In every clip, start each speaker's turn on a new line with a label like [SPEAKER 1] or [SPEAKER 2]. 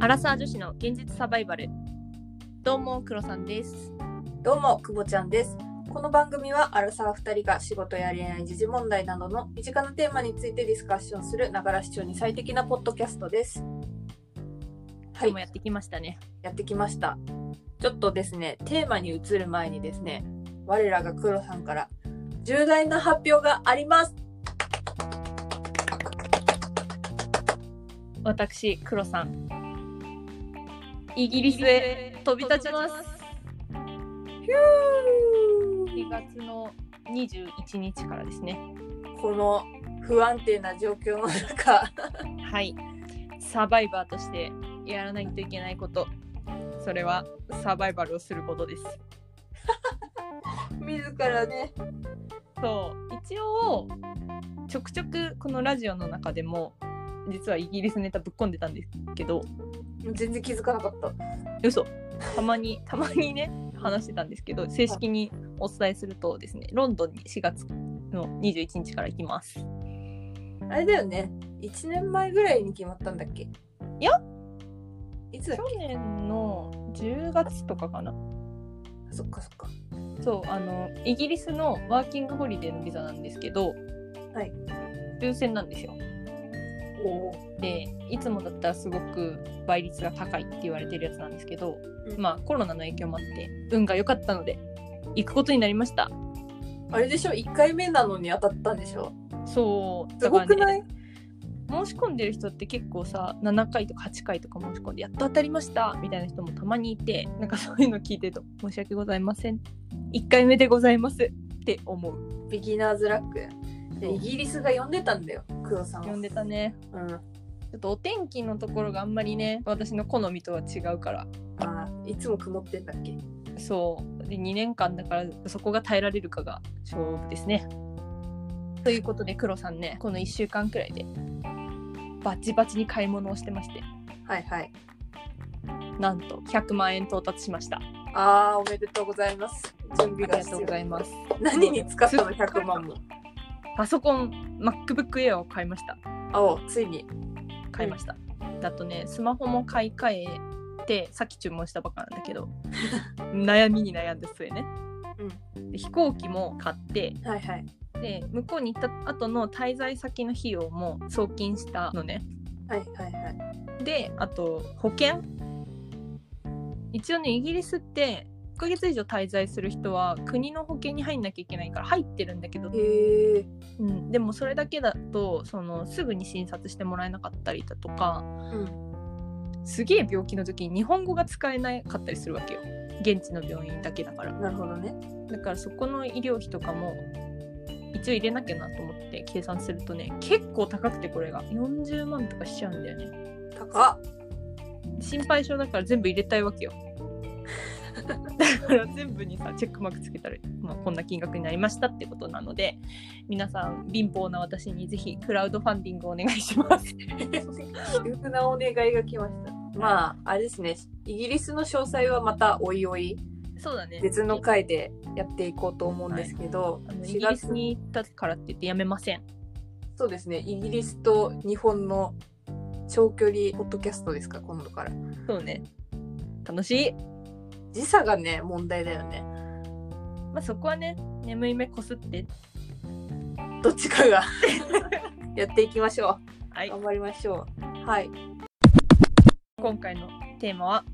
[SPEAKER 1] アラサー女子の現実サバイバルどうもクロさんです
[SPEAKER 2] どうも、くぼちゃんです。この番組はアラサー2人が仕事や恋愛、時事問題などの身近なテーマについてディスカッションするながら視聴に最適なポッドキャストです。
[SPEAKER 1] 今
[SPEAKER 2] は
[SPEAKER 1] 日
[SPEAKER 2] い
[SPEAKER 1] も、やってきましたね
[SPEAKER 2] やってきました。ちょっとですね、テーマに移る前にですね、我らがクロさんから重大な発表があります。
[SPEAKER 1] 私クロさんイギリスへ飛び立ちます
[SPEAKER 2] ヒ
[SPEAKER 1] 2
[SPEAKER 2] ュー
[SPEAKER 1] 月の21日からですね
[SPEAKER 2] この不安定な状況の中、
[SPEAKER 1] はいサバイバーとしてやらないといけないことそれはサバイバルをすることです
[SPEAKER 2] 自らね、
[SPEAKER 1] そう一応ちょくちょくこのラジオの中でも実はイギリスネタぶっ込んでたんですけど
[SPEAKER 2] 全然気づかなかった。
[SPEAKER 1] 嘘たまにたまにね話してたんですけど正式にお伝えするとですねロンドンに4月の21日から行きます
[SPEAKER 2] あれだよね。1年前ぐらいに決まったんだっけ
[SPEAKER 1] いや
[SPEAKER 2] いつだ
[SPEAKER 1] 去
[SPEAKER 2] っけ
[SPEAKER 1] 年の10月とかかな
[SPEAKER 2] あそっかそっか。
[SPEAKER 1] そうあのイギリスのワーキングホリデーのビザなんですけど、
[SPEAKER 2] はい、
[SPEAKER 1] 抽選なんですよ
[SPEAKER 2] おおー。
[SPEAKER 1] でいつもだったらすごく倍率が高いって言われてるやつなんですけど、
[SPEAKER 2] うん
[SPEAKER 1] まあコロナの影響もあって運が良かったので行くことになりました
[SPEAKER 2] あれでしょ ?1 回目なのに当たったんでしょ
[SPEAKER 1] そう
[SPEAKER 2] すごく
[SPEAKER 1] だから
[SPEAKER 2] な
[SPEAKER 1] ね
[SPEAKER 2] い
[SPEAKER 1] 申し込んでる人って結構さ7回とか8回とか申し込んでやっと当たりましたみたいな人もたまにいてなんかそういうの聞いてると申し訳ございません1回目でございますって思う
[SPEAKER 2] ビギナーズラック。で
[SPEAKER 1] そう
[SPEAKER 2] イギリスが呼んでたんだよ、クロさんは。
[SPEAKER 1] 呼んでたね
[SPEAKER 2] うん。
[SPEAKER 1] ちょっとお天気のところがあんまりね私の好みとは違うから
[SPEAKER 2] あーいつも曇ってんだっけ
[SPEAKER 1] そうで2年間だからそこが耐えられるかが勝負ですね。ということで黒さんねこの1週間くらいでバチバチに買い物をしてまして
[SPEAKER 2] はいはい。
[SPEAKER 1] なんと100万円到達しました。
[SPEAKER 2] ああ、おめでとうございます。準
[SPEAKER 1] ありが
[SPEAKER 2] 備が必
[SPEAKER 1] とう
[SPEAKER 2] 要
[SPEAKER 1] ございます。
[SPEAKER 2] 何に使ったの
[SPEAKER 1] すっごい
[SPEAKER 2] ?100 万も。
[SPEAKER 1] パソコン MacBook Air を買いました。
[SPEAKER 2] あお、ついに。
[SPEAKER 1] 買いました。だとねスマホも買い替えてさっき注文したばっかなんだけど 悩みに悩んだ末ね。で飛行機も買って
[SPEAKER 2] はいはい。
[SPEAKER 1] で向こうに行った後の滞在先の費用も送金したのね
[SPEAKER 2] はいはいはい。
[SPEAKER 1] であと保険一応ねイギリスって1ヶ月以上滞在する人は国の保険に入んなきゃいけないから入ってるんだけど、
[SPEAKER 2] へえ。
[SPEAKER 1] うん、でもそれだけだとそのすぐに診察してもらえなかったりだとか
[SPEAKER 2] うん。
[SPEAKER 1] すげえ病気の時に日本語が使えなかったりするわけよ現地の病院だけだから
[SPEAKER 2] なるほどね。
[SPEAKER 1] だからそこの医療費とかも一応入れなきゃなと思って計算するとね結構高くてこれが40万とかしちゃうんだよね
[SPEAKER 2] 高っ。
[SPEAKER 1] 心配性だから全部入れたいわけよ だから全部にさチェックマークつけたら、まあ、こんな金額になりましたってことなので皆さん貧乏な私にぜひクラウドファンディングお願いします
[SPEAKER 2] 急なお願いが来ました。まあ、あれですね、イギリスの詳細はまたおいおい、
[SPEAKER 1] そうだね
[SPEAKER 2] 別の回でやっていこうと思うんですけど、
[SPEAKER 1] あのイ
[SPEAKER 2] 4
[SPEAKER 1] ギリス
[SPEAKER 2] 月
[SPEAKER 1] に行ったからって言ってやめません
[SPEAKER 2] そうですね、イギリスと日本の長距離ポッドキャストですか、今度から。
[SPEAKER 1] そうね楽しい
[SPEAKER 2] 時差がね、問題だよね。
[SPEAKER 1] まあそこはね眠い目こすって
[SPEAKER 2] どっちかが やっていきましょ
[SPEAKER 1] は
[SPEAKER 2] う。
[SPEAKER 1] い
[SPEAKER 2] 頑張りましょう。はい。
[SPEAKER 1] 今回のテーマは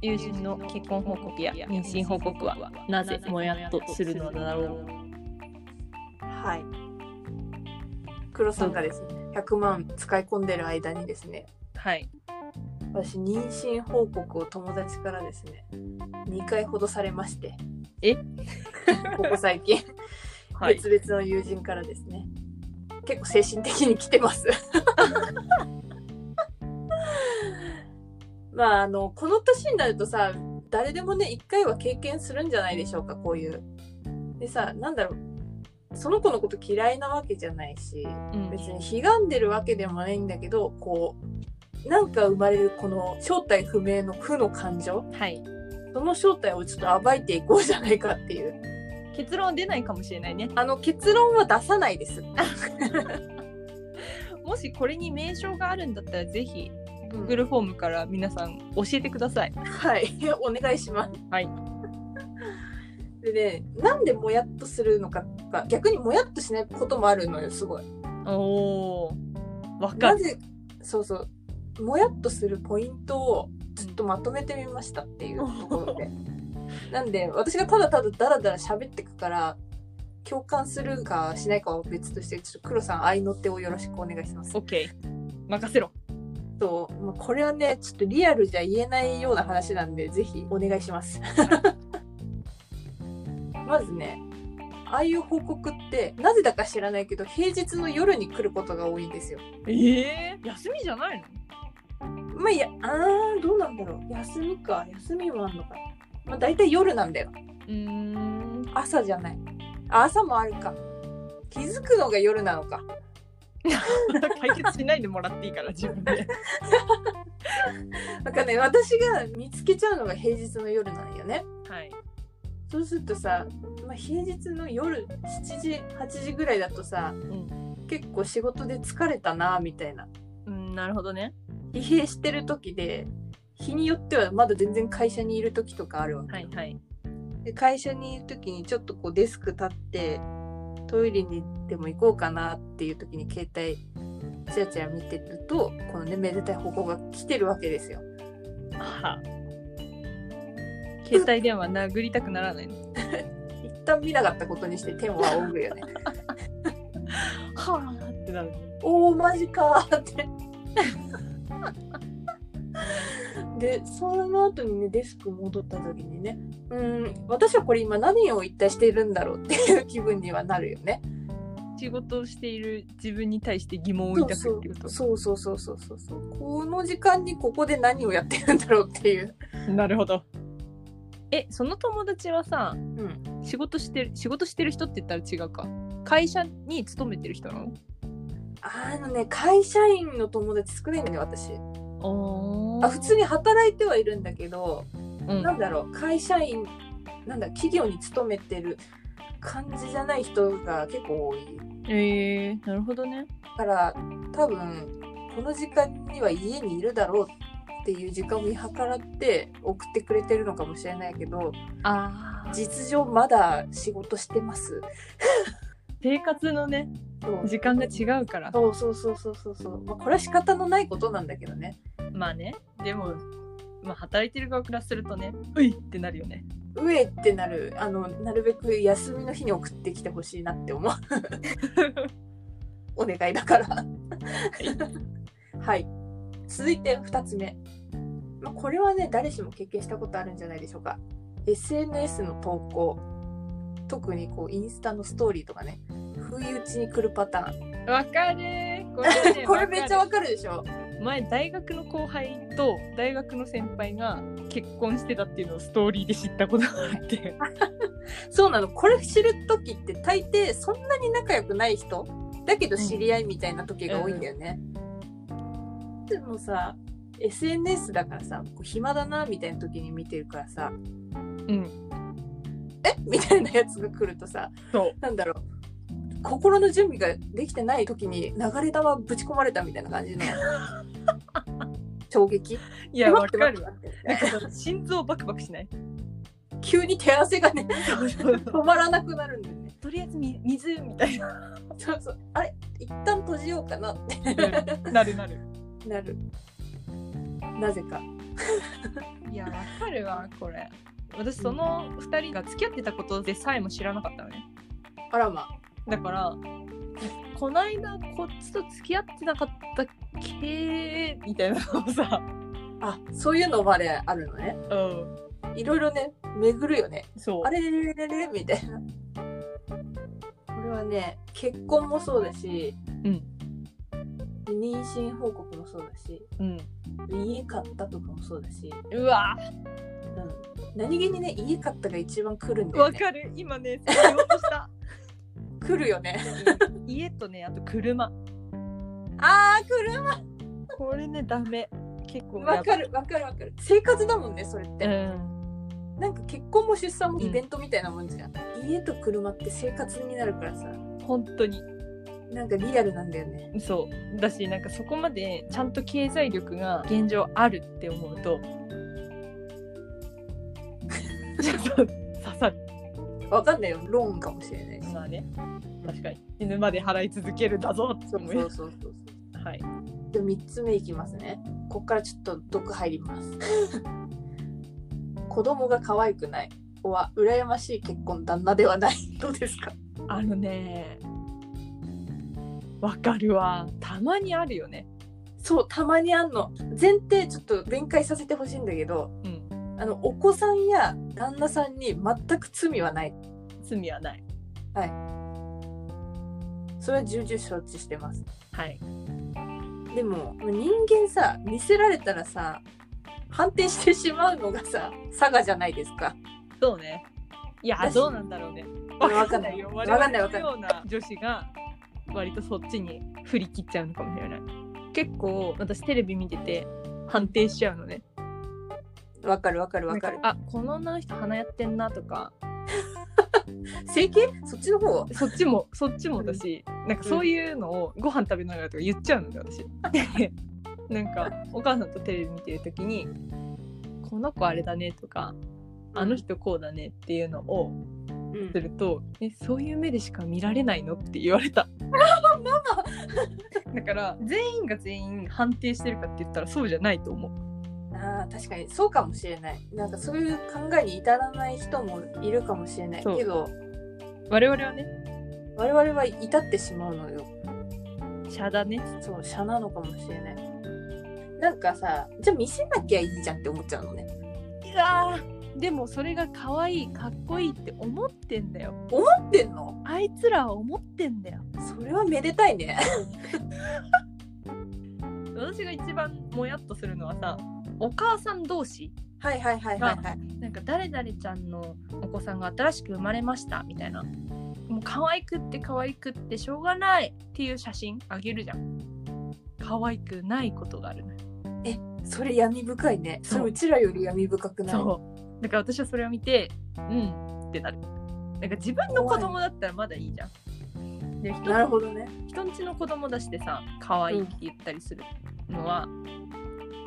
[SPEAKER 1] 友人の結婚報告や妊娠報告はなぜもやっとするのだろ
[SPEAKER 2] はい。黒さんがですね、100万使い込んでる間にですね、
[SPEAKER 1] うはい
[SPEAKER 2] 私妊娠報告を友達からですね2回ほどされまして
[SPEAKER 1] え
[SPEAKER 2] ここ最近、
[SPEAKER 1] はい
[SPEAKER 2] 別々の友人からですね結構精神的に来てます まああのこの年になるとさ誰でもね1回は経験するんじゃないでしょうかこういうでさなんだろうその子のこと嫌いなわけじゃないし
[SPEAKER 1] うん
[SPEAKER 2] 別に悲願でるわけでもないんだけどこうなんか生まれるこの正体不明の負の感情
[SPEAKER 1] はい
[SPEAKER 2] その正体をちょっと暴いていこうじゃないかっていう
[SPEAKER 1] 結論は出ないかもしれないね
[SPEAKER 2] あの結論は出さないです
[SPEAKER 1] もしこれに名称があるんだったらぜひ
[SPEAKER 2] うん
[SPEAKER 1] Google フォームから皆さん教えてください。
[SPEAKER 2] はい、 お願いします。
[SPEAKER 1] はい。
[SPEAKER 2] でね、なんでもやっとするのかが逆にもやっとしないこともあるのよすごい。
[SPEAKER 1] おーわか
[SPEAKER 2] な
[SPEAKER 1] る。
[SPEAKER 2] ぜそうそうもやっとするポイントをちょっとまとめてみましたっていうところで。なんで私がただただダラダラ喋ってくから共感するかしないかは別としてちょっと黒さん愛の手をよろしくお願いします。
[SPEAKER 1] OK。任せろ。
[SPEAKER 2] と、まあ、これはねちょっとリアルじゃ言えないような話なんでぜひお願いします まずねああいう報告ってなぜだか知らないけど平日の夜に来ることが多いんですよ
[SPEAKER 1] ええ休みじゃないの
[SPEAKER 2] まあいやあーどうなんだろう休みか休みもあんのかまあ大体夜なんだよ
[SPEAKER 1] うーん。
[SPEAKER 2] 朝じゃないあ朝もあるか気づくのが夜なのか
[SPEAKER 1] 解決しないでもらっていいから、自分で。
[SPEAKER 2] なんかね私が見つけちゃうのが平日の夜なんよね
[SPEAKER 1] はい。
[SPEAKER 2] そうするとさ、まあ、平日の夜7時8時ぐらいだとさ
[SPEAKER 1] うん
[SPEAKER 2] 結構仕事で疲れたなみたいな
[SPEAKER 1] うん。なるほどね。
[SPEAKER 2] 疲弊してる時で日によってはまだ全然会社にいる時とかあるわけ、
[SPEAKER 1] はいはい。
[SPEAKER 2] で会社にいる時にちょっとこうデスク立ってトイレにでも行こうかなっていう時に携帯ちらちら見てるとこのねめでたい報告が来てるわけですよ。
[SPEAKER 1] あは携帯電話殴りたくならないの。
[SPEAKER 2] 一旦見なかったことにして天を仰ぐよね。
[SPEAKER 1] はあってなる。
[SPEAKER 2] おーマジかーってでその後にねデスク戻った時にねうーん私はこれ今何を一体しているんだろうっていう気分にはなるよね
[SPEAKER 1] 仕事をしている自分に対して疑問を抱くっていうこと。
[SPEAKER 2] そうそうそうそうそうそうこの時間にここで何をやってるんだろうっていう
[SPEAKER 1] なるほど。え、その友達はさ、
[SPEAKER 2] うん
[SPEAKER 1] 仕事してる仕事してる人って言ったら違うか。会社に勤めてる人なの？
[SPEAKER 2] あのね会社員の友達少ないんだよね私
[SPEAKER 1] お
[SPEAKER 2] あ普通に働いてはいるんだけど
[SPEAKER 1] うん
[SPEAKER 2] なんだろう会社員なんだ企業に勤めてる感じじゃない人が結構多い
[SPEAKER 1] えー、なるほどね。
[SPEAKER 2] だから多分この時間には家にいるだろうっていう時間を見計らって送ってくれてるのかもしれないけど
[SPEAKER 1] ああ。
[SPEAKER 2] 実情まだ仕事してます
[SPEAKER 1] 生活のね
[SPEAKER 2] そう
[SPEAKER 1] 時間が違うから。
[SPEAKER 2] そうそうそうそうそうそう、まあ、これは仕方のないことなんだけどね
[SPEAKER 1] まあね。でもまあ働いてる側からするとね、ういってなるよね。
[SPEAKER 2] うえってなるあのなるべく休みの日に送ってきてほしいなって思う お願いだからはい続いて2つ目、まあ、これはね誰しも経験したことあるんじゃないでしょうか SNS の投稿特にこうインスタのストーリーとかね不意打ちに来るパターン、
[SPEAKER 1] わかるー。 これ,、ね
[SPEAKER 2] これめっちゃ
[SPEAKER 1] わか
[SPEAKER 2] わかるでしょ
[SPEAKER 1] る前大学の後輩と大学の先輩が結婚してたっていうのをストーリーで知ったことが あって。
[SPEAKER 2] そうなのこれ知る時って大抵そんなに仲良くない人だけど知り合いみたいな時が多いんだよね、でもさ SNS だからさこう暇だなみたいな時に見てるからさ
[SPEAKER 1] うん。
[SPEAKER 2] えみたいなやつが来るとさ
[SPEAKER 1] そう
[SPEAKER 2] なんだろう心の準備ができてない時に流れ玉ぶち込まれたみたいな 感じの衝撃い
[SPEAKER 1] いや、わかるわ。
[SPEAKER 2] わ
[SPEAKER 1] なんかさ心臓バクバクし ない。
[SPEAKER 2] 急に手汗がね止まらなくなるんだよね
[SPEAKER 1] とりあえずみ水みたいな。
[SPEAKER 2] そうそうあれ一旦閉じようかなって
[SPEAKER 1] なるなる。
[SPEAKER 2] なるなぜか
[SPEAKER 1] いや、わかるわ、これ。私、その2人が付き合ってたことでさえも知らなかったのね。
[SPEAKER 2] あらま
[SPEAKER 1] だから、こないだこっちと付き合ってなかったっけみたいなのをさ、
[SPEAKER 2] あそういうのまであるのね
[SPEAKER 1] うん、
[SPEAKER 2] いろいろね巡るよね
[SPEAKER 1] そう。
[SPEAKER 2] あれれれれれれみたいなこれはね結婚もそうだし、
[SPEAKER 1] うん
[SPEAKER 2] 妊娠報告もそうだし
[SPEAKER 1] うん、
[SPEAKER 2] 家買ったとかもそうだし、
[SPEAKER 1] うわ、
[SPEAKER 2] うん、何気にね家買ったが一番来るんだよ
[SPEAKER 1] わ
[SPEAKER 2] ね
[SPEAKER 1] かる。今ね、そう言おうとした。
[SPEAKER 2] 来るよね
[SPEAKER 1] 家とね、あと車。
[SPEAKER 2] あー来る
[SPEAKER 1] これね、ダメ。結構
[SPEAKER 2] わかるわかるわかる生活だもんねそれって、
[SPEAKER 1] うん。
[SPEAKER 2] なんか結婚も出産もイベントみたいなもんじゃん、家と車って生活になるからさ
[SPEAKER 1] 本当に。
[SPEAKER 2] なんかリアルなんだよね。
[SPEAKER 1] そうだしなんかそこまでちゃんと経済力が現状あるって思うと ちょっと刺さる
[SPEAKER 2] わかんないよ。ローンかもしれないし。
[SPEAKER 1] まあね確かに死ぬまで払い続けるだぞって
[SPEAKER 2] そう
[SPEAKER 1] 思い
[SPEAKER 2] そ
[SPEAKER 1] ま
[SPEAKER 2] う
[SPEAKER 1] す
[SPEAKER 2] そうそう。
[SPEAKER 1] はい
[SPEAKER 2] で3つ目いきますね。こっからちょっと毒入ります。子供が可愛くない。は羨ましい結婚旦那ではない。どうですか
[SPEAKER 1] あのねわかるわたまにあるよね
[SPEAKER 2] そう、たまにあんの。前提ちょっと弁解させてほしいんだけど、
[SPEAKER 1] うん
[SPEAKER 2] あの、お子さんや旦那さんに全く罪はない。
[SPEAKER 1] 罪はない
[SPEAKER 2] それは重々承知してます。
[SPEAKER 1] はい
[SPEAKER 2] でも、人間さ、見せられたらさ、反転してしまうのがさ、佐賀じゃないですか。
[SPEAKER 1] そうねいや
[SPEAKER 2] 私
[SPEAKER 1] どうなんだろうね
[SPEAKER 2] わかんない
[SPEAKER 1] よ
[SPEAKER 2] わ
[SPEAKER 1] 我
[SPEAKER 2] か
[SPEAKER 1] 々
[SPEAKER 2] んないわか
[SPEAKER 1] の
[SPEAKER 2] んない
[SPEAKER 1] ような女子が割とそっちに振り切っちゃうのかもしれない結構私テレビ見てて判定しちゃうのね
[SPEAKER 2] わかるわかるわかる
[SPEAKER 1] なん。あこの女の人鼻やってんなとか
[SPEAKER 2] 整形そっちの方
[SPEAKER 1] そっちもそっちもだし、なんかそういうのをご飯食べながらとか言っちゃうので 私でなんかお母さんとテレビ見てる時に「この子あれだね」とか「あの人こうだね」っていうのを
[SPEAKER 2] うん
[SPEAKER 1] すると「えそういう目でしか見られないの?」って言われた だから全員が全員判定してるかって言ったらそうじゃないと思う
[SPEAKER 2] あー確かにそうかもしれないなんかそういう考えに至らない人もいるかもしれない
[SPEAKER 1] そう
[SPEAKER 2] けど
[SPEAKER 1] 我々はね
[SPEAKER 2] 我々は至ってしまうのよ
[SPEAKER 1] 茶だね
[SPEAKER 2] そう社なのかもしれないなんかさじゃあ見せなきゃいいじゃんって思っちゃうのね
[SPEAKER 1] いやーでもそれが可愛いかっこいいって思ってんだよ
[SPEAKER 2] 思ってんの
[SPEAKER 1] あいつらは思ってんだよ
[SPEAKER 2] それはめでたいね
[SPEAKER 1] 私が一番もやっとするのはさお母さん同士
[SPEAKER 2] はいはいはいはいはい
[SPEAKER 1] なんか誰々ちゃんのお子さんが新しく生まれましたみたいなもう可愛くって可愛くってしょうがないっていう写真あげるじゃん可愛くないことがあるのよ
[SPEAKER 2] それ闇深いねそ
[SPEAKER 1] そう
[SPEAKER 2] れうちらより闇深くない
[SPEAKER 1] そうだから私はそれを見てうんってなるなんか自分の子供だったらまだいいじゃんで人
[SPEAKER 2] なる
[SPEAKER 1] の
[SPEAKER 2] ほどね
[SPEAKER 1] 人んちの子供出してさ可愛いって言ったりするのは、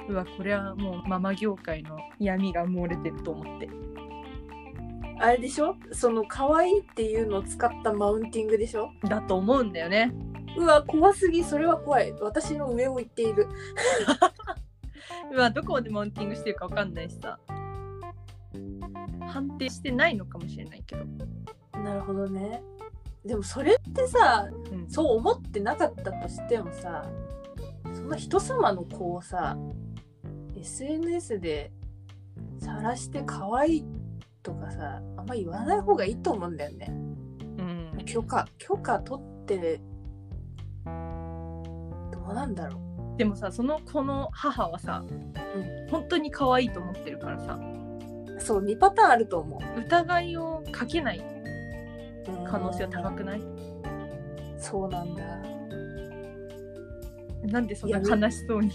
[SPEAKER 1] うわこれはもうママ業界の闇が漏れてると思って
[SPEAKER 2] あれでしょその可愛いっていうのを使ったマウンティングでしょ
[SPEAKER 1] だと思うんだよね
[SPEAKER 2] うわ怖すぎそれは怖い私の上を行っている
[SPEAKER 1] うわどこまでマウンティングしてるかわかんないしさ判定してないのかもしれないけど、
[SPEAKER 2] なるほどねでもそれってさ
[SPEAKER 1] うん
[SPEAKER 2] そう思ってなかったとしてもさそんな人様の子をさ SNS で晒して可愛いとかさあんま言わない方がいいと思うんだよね
[SPEAKER 1] うん
[SPEAKER 2] 許可許可取ってどうなんだろ
[SPEAKER 1] でもさその子の母はさ、
[SPEAKER 2] う
[SPEAKER 1] 本当に可愛いと思ってるからさ
[SPEAKER 2] うそう2パターンあると思う
[SPEAKER 1] 疑いをかけない可能性は高
[SPEAKER 2] く
[SPEAKER 1] くない
[SPEAKER 2] そうなんだ
[SPEAKER 1] なんでそんな悲しそうに、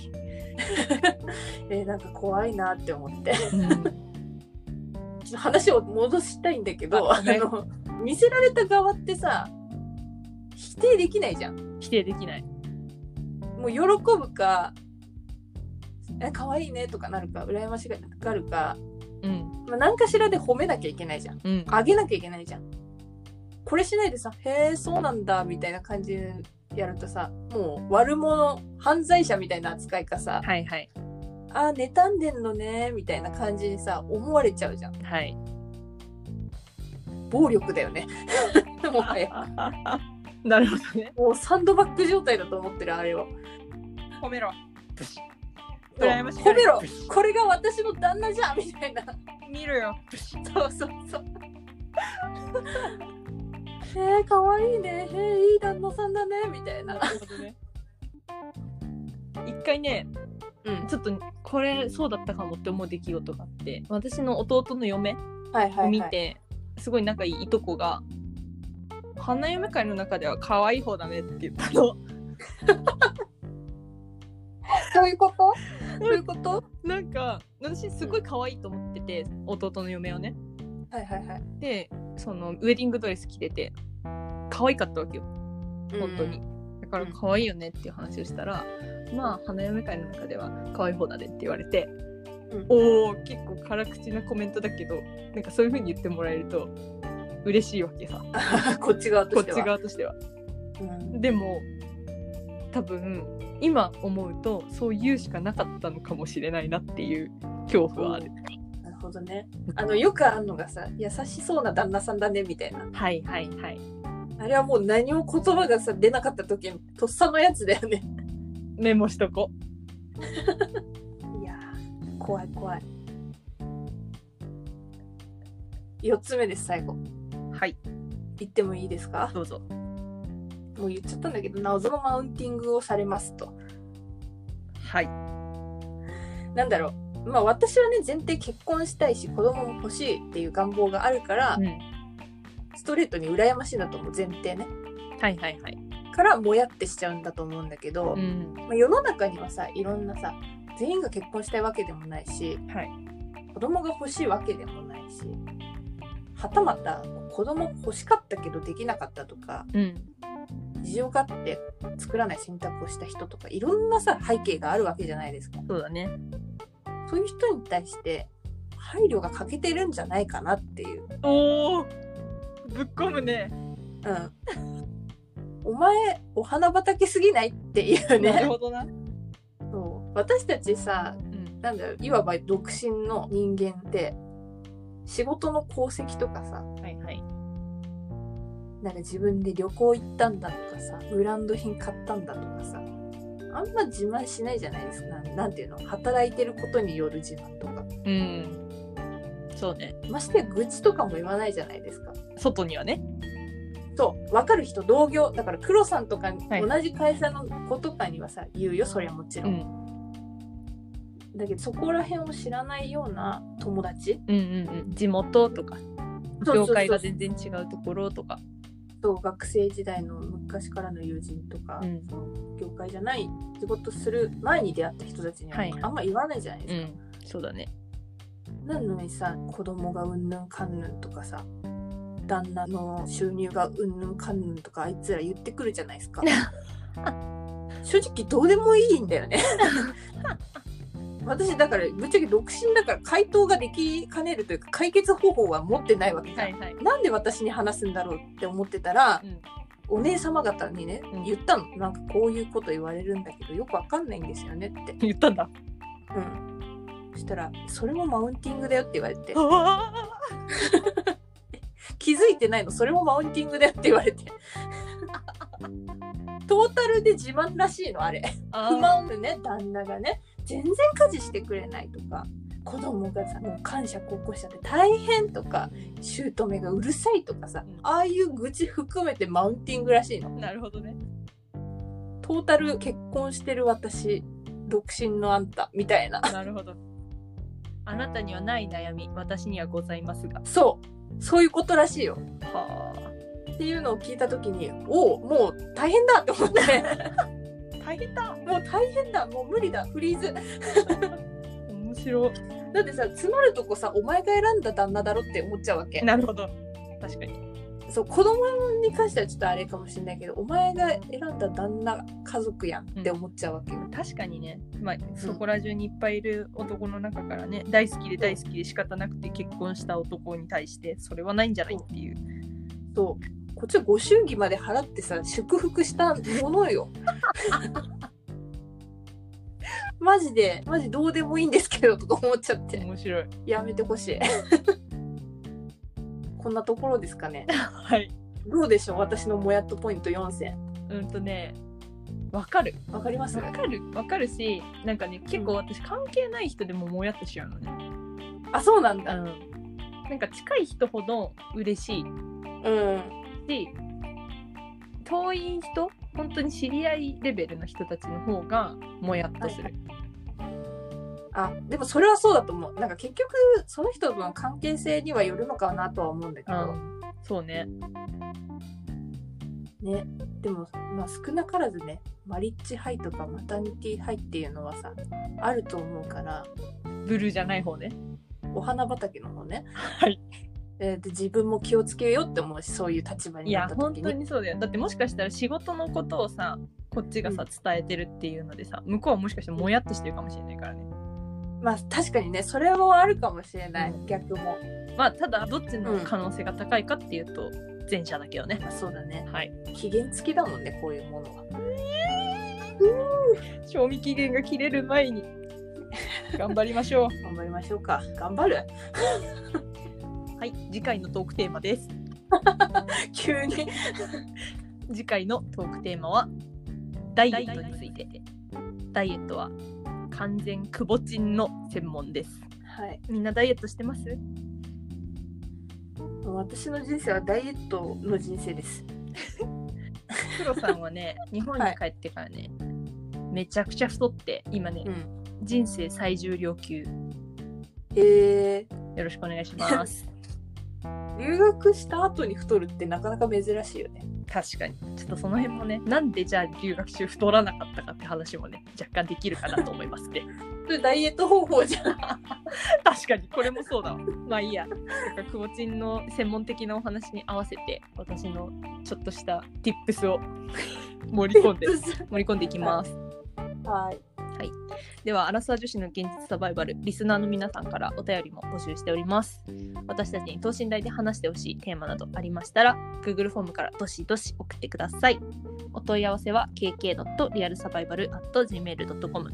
[SPEAKER 2] えーなんか怖いなって思って
[SPEAKER 1] うん
[SPEAKER 2] ちょっと話を戻したいんだけど、
[SPEAKER 1] あ
[SPEAKER 2] あ
[SPEAKER 1] ごめん
[SPEAKER 2] の、見せられた側ってさ、否定できないじゃ ん。
[SPEAKER 1] 否定できない
[SPEAKER 2] もう喜ぶか、え、可愛いねとかなるか、羨ましがるか、
[SPEAKER 1] うん
[SPEAKER 2] まあ、何かしらで褒めなきゃいけないじゃん。
[SPEAKER 1] うん
[SPEAKER 2] あげなきゃいけないじゃん。これしないでさ、へえ、そうなんだ、みたいな感じでやるとさ、もう悪者、犯罪者みたいな扱いかさ、
[SPEAKER 1] はいはい
[SPEAKER 2] あ、妬んでんのね、みたいな感じにさ、思われちゃうじゃん。
[SPEAKER 1] はい
[SPEAKER 2] 暴力だよね。 もはや。
[SPEAKER 1] なるほどね
[SPEAKER 2] もうサンドバッグ状態だと思ってるあれを
[SPEAKER 1] 褒めろ羨ましがる
[SPEAKER 2] 褒めろこれが私の旦那じゃんみたいな
[SPEAKER 1] 見るよ
[SPEAKER 2] そうそうそう へえかわいいねへえいい旦那さんだねみたいな
[SPEAKER 1] るほどね一回ね
[SPEAKER 2] うん
[SPEAKER 1] ちょっとこれそうだったかもって思う出来事があって私の弟の嫁
[SPEAKER 2] はいはい、は
[SPEAKER 1] を
[SPEAKER 2] い、
[SPEAKER 1] 見て、すごい仲いいいとこが花嫁会の中では可愛い方だねって言ったの
[SPEAKER 2] そういうことそういうことは
[SPEAKER 1] なんか私すごい可愛いと思ってて弟の嫁をね
[SPEAKER 2] いはいはい
[SPEAKER 1] でそのウェディングドレス着てて可愛かったわけよ本当に、だから可愛いよねっていう話をしたら、まあ花嫁会の中では可愛い方だねって言われて、
[SPEAKER 2] うん
[SPEAKER 1] おお結構辛口なコメントだけどなんかそういう風に言ってもらえると嬉しいわけさ
[SPEAKER 2] こっち側と
[SPEAKER 1] こっ
[SPEAKER 2] して
[SPEAKER 1] ち
[SPEAKER 2] は。
[SPEAKER 1] 側としては。
[SPEAKER 2] うん
[SPEAKER 1] でも多分今思うとそう言うしかなかったのかもしれないなっていう恐怖はある。
[SPEAKER 2] なるほどね。あのよくあるのがさ優しそうな旦那さんだねみたいな。
[SPEAKER 1] はいはいはい。
[SPEAKER 2] あれはもう何も言葉がさ出なかった時にとっさのやつだよね。
[SPEAKER 1] メモしとこ
[SPEAKER 2] いやー怖い怖い。4つ目です最後。
[SPEAKER 1] はい
[SPEAKER 2] 言ってもいいですか
[SPEAKER 1] どうぞ。
[SPEAKER 2] もう言っちゃったんだけど謎のマウンティングをされますと。
[SPEAKER 1] はい。
[SPEAKER 2] なんだろうまあ私はね前提結婚したいし子供も欲しいっていう願望があるから、
[SPEAKER 1] うん、
[SPEAKER 2] ストレートに羨ましいなと思う前提ね
[SPEAKER 1] はいはいはい。
[SPEAKER 2] からもやってしちゃうんだと思うんだけど、
[SPEAKER 1] うん、
[SPEAKER 2] まあ、世の中にはさいろんなさ全員が結婚したいわけでもないし
[SPEAKER 1] はい。
[SPEAKER 2] 子供が欲しいわけでもないしはたまた子供欲しかったけどできなかったとか
[SPEAKER 1] うん。
[SPEAKER 2] 事情があって作らない選択をした人とかいろんなさ背景があるわけじゃないですか
[SPEAKER 1] そうだね。
[SPEAKER 2] そういう人に対して配慮が欠けてるんじゃないかなっていう
[SPEAKER 1] おお。ぶっ込むね。
[SPEAKER 2] うんお前お花畑すぎないってい
[SPEAKER 1] な
[SPEAKER 2] う
[SPEAKER 1] る
[SPEAKER 2] ね
[SPEAKER 1] ほどな。
[SPEAKER 2] そう私たちさ
[SPEAKER 1] うん。
[SPEAKER 2] なんだろういわば独身の人間って仕事の功績とかさ
[SPEAKER 1] はいはい。
[SPEAKER 2] なんか自分で旅行行ったんだとかさブランド品買ったんだとかさあんま自慢しないじゃないですかなんなんていうの働いてることによる自慢とか
[SPEAKER 1] うん。そうね。
[SPEAKER 2] ましてや愚痴とかも言わないじゃないですか
[SPEAKER 1] 外にはね。
[SPEAKER 2] そう分かる人同業だから黒さんとか
[SPEAKER 1] はい
[SPEAKER 2] 同じ会社の子とかにはさ言うよそりゃもちろん、
[SPEAKER 1] ん。
[SPEAKER 2] だけどそこら辺を知らないような友達
[SPEAKER 1] うんうんうん。地元とか。
[SPEAKER 2] そうそう
[SPEAKER 1] 業界が全然違うところとか。
[SPEAKER 2] と学生時代の昔からの友人とか、
[SPEAKER 1] うん
[SPEAKER 2] その業界じゃない仕事する前に出会った人たちには
[SPEAKER 1] はい
[SPEAKER 2] あんま言わないじゃないですか。
[SPEAKER 1] ん。そうだね。
[SPEAKER 2] なのにさ子供がうんぬんかんぬんとかさ旦那の収入がうんぬんかんぬんとかあいつら言ってくるじゃな いですか正直どうでもいいんだよね私だからぶっちゃけ独身だから回答ができかねるというか解決方法は持ってないわけじゃん、
[SPEAKER 1] はいはい。
[SPEAKER 2] なんで私に話すんだろうって思ってたら、
[SPEAKER 1] うん
[SPEAKER 2] お姉様方にね
[SPEAKER 1] うん
[SPEAKER 2] 言ったの、なんかこういうこと言われるんだけどよくわかんないんですよねって、
[SPEAKER 1] 言ったん だ。
[SPEAKER 2] うん、そしたら「それもマウンティングだよ」って言われて
[SPEAKER 1] あ
[SPEAKER 2] 気づいてないのそれもマウンティングだよって言われて トータルで自慢らしいのあれ不
[SPEAKER 1] あ。
[SPEAKER 2] 満のね旦那がね全然家事してくれないとか子供がさもう感謝高校しちゃって大変とか姑がうるさいとかさ
[SPEAKER 1] うん
[SPEAKER 2] ああいう愚痴含めてマウンティングらしいの
[SPEAKER 1] なるほどね。
[SPEAKER 2] トータル結婚してる私独身のあんたみたいな
[SPEAKER 1] なるほど。あなたにはない悩み、私にはございますが。
[SPEAKER 2] そうそういうことらしいよ
[SPEAKER 1] は
[SPEAKER 2] っていうのを聞いた時におおもう大変だって思って。
[SPEAKER 1] あ。大変だ。
[SPEAKER 2] もう大変だもう無理だフリーズ
[SPEAKER 1] 面 白
[SPEAKER 2] だってさ詰まるとこさお前が選んだ旦那だろって思っちゃうわけ
[SPEAKER 1] い。なるほど。確かに。
[SPEAKER 2] そう子供に関してはちょっとあれかもしれないけどお前が選んだ旦那家族やんって思っちゃうわけよ、
[SPEAKER 1] 確かにね、まあ、そこら中にいっぱいいる男の中からね、大好きで大好きで仕方なくて結婚した男に対して、それはないんじゃないっていう。
[SPEAKER 2] そうこっちはご祝儀まで払ってさ祝福したものよマジでマジどうでもいいんですけどとか思っちゃって
[SPEAKER 1] 面白い。
[SPEAKER 2] やめてほしいこんなところですかね
[SPEAKER 1] はい。
[SPEAKER 2] どうでしょう私のモヤっとポイント4選
[SPEAKER 1] うんとね、わかる。
[SPEAKER 2] わかります
[SPEAKER 1] わかる。わかるし、なんかね、結構私関係ない人でももやっとしちゃうのね。
[SPEAKER 2] あそうなん
[SPEAKER 1] う
[SPEAKER 2] だ
[SPEAKER 1] ん。なんか近い人ほど嬉しい
[SPEAKER 2] うん
[SPEAKER 1] し遠い人本当に知り合いレベルの人たちの方がもやっとする、
[SPEAKER 2] あでもそれはそうだと思うなんか結局その人との関係性にはよるのかなとは思うんだけど、
[SPEAKER 1] うんそうね
[SPEAKER 2] ねでもまあ少なからずねマリッジハイとかマタニティハイっていうのはさあると思うから
[SPEAKER 1] ブルーじゃない方ね
[SPEAKER 2] お花畑の方ね
[SPEAKER 1] はい
[SPEAKER 2] えーで自分も気をつけようって思うしそういう立場
[SPEAKER 1] い
[SPEAKER 2] にな
[SPEAKER 1] や
[SPEAKER 2] った
[SPEAKER 1] 本
[SPEAKER 2] 時
[SPEAKER 1] 当
[SPEAKER 2] に
[SPEAKER 1] にそうだよだってもしかしたら仕事のことをさこっちがさ伝えてるっていうのでさ向こうはもしかしてもやってしてるかもしれないからね
[SPEAKER 2] まあ確かにねそれもあるかもしれない、
[SPEAKER 1] うん
[SPEAKER 2] 逆も
[SPEAKER 1] まあただどっちの可能性が高いかっていうと前者だけどね
[SPEAKER 2] まあそうだね
[SPEAKER 1] はい
[SPEAKER 2] 期限付きだもんねこういうものは
[SPEAKER 1] 賞味期限が切れる前 に頑張りましょ
[SPEAKER 2] 頑張りましょうか頑張る
[SPEAKER 1] うはい次回のトークテーマです
[SPEAKER 2] 急に
[SPEAKER 1] 次回のトークテーマはダイエットについてダイエットは完全くぼちんの専門です
[SPEAKER 2] はい
[SPEAKER 1] みんなダイエットしてます
[SPEAKER 2] もう私の人生はダイエットの人生です
[SPEAKER 1] プロさんはね日本に帰ってからね、めちゃくちゃ太って今ね、
[SPEAKER 2] ん
[SPEAKER 1] 人生最重量級よ
[SPEAKER 2] へえ
[SPEAKER 1] ろしくお願いします
[SPEAKER 2] 留学した後に太るってなかなか珍しいよね
[SPEAKER 1] 確かにちょっとその辺もねなんでじゃあ留学中太らなかったかって話もね若干できるかなと思い ますね
[SPEAKER 2] それダイエット方法じゃん
[SPEAKER 1] 確かにこれもそうだわまあいいやなんかくぼちんの専門的なお話に合わせて私のちょっとした tips を盛り込んで盛り込んでいきます
[SPEAKER 2] はい
[SPEAKER 1] ではアラサー女子の現実サバイバルリスナーの皆さんからお便りも募集しております私たちに等身大で話してほしいテーマなどありましたら Google フォームからどしどし送ってくださいお問い合わせは kk.realsurvival.gmail.com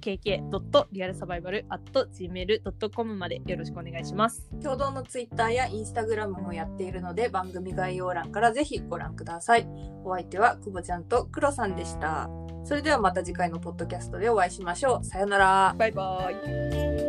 [SPEAKER 1] kk.realsurvival.gmail.com までよろしくお願いします
[SPEAKER 2] 共同のツイッターやインスタグラムもやっているので番組概要欄からぜひご覧くださいお相手は久保ちゃんとクロさんでしたそれではまた次回のポッドキャストでお会いしましょうさよなら
[SPEAKER 1] バイバイ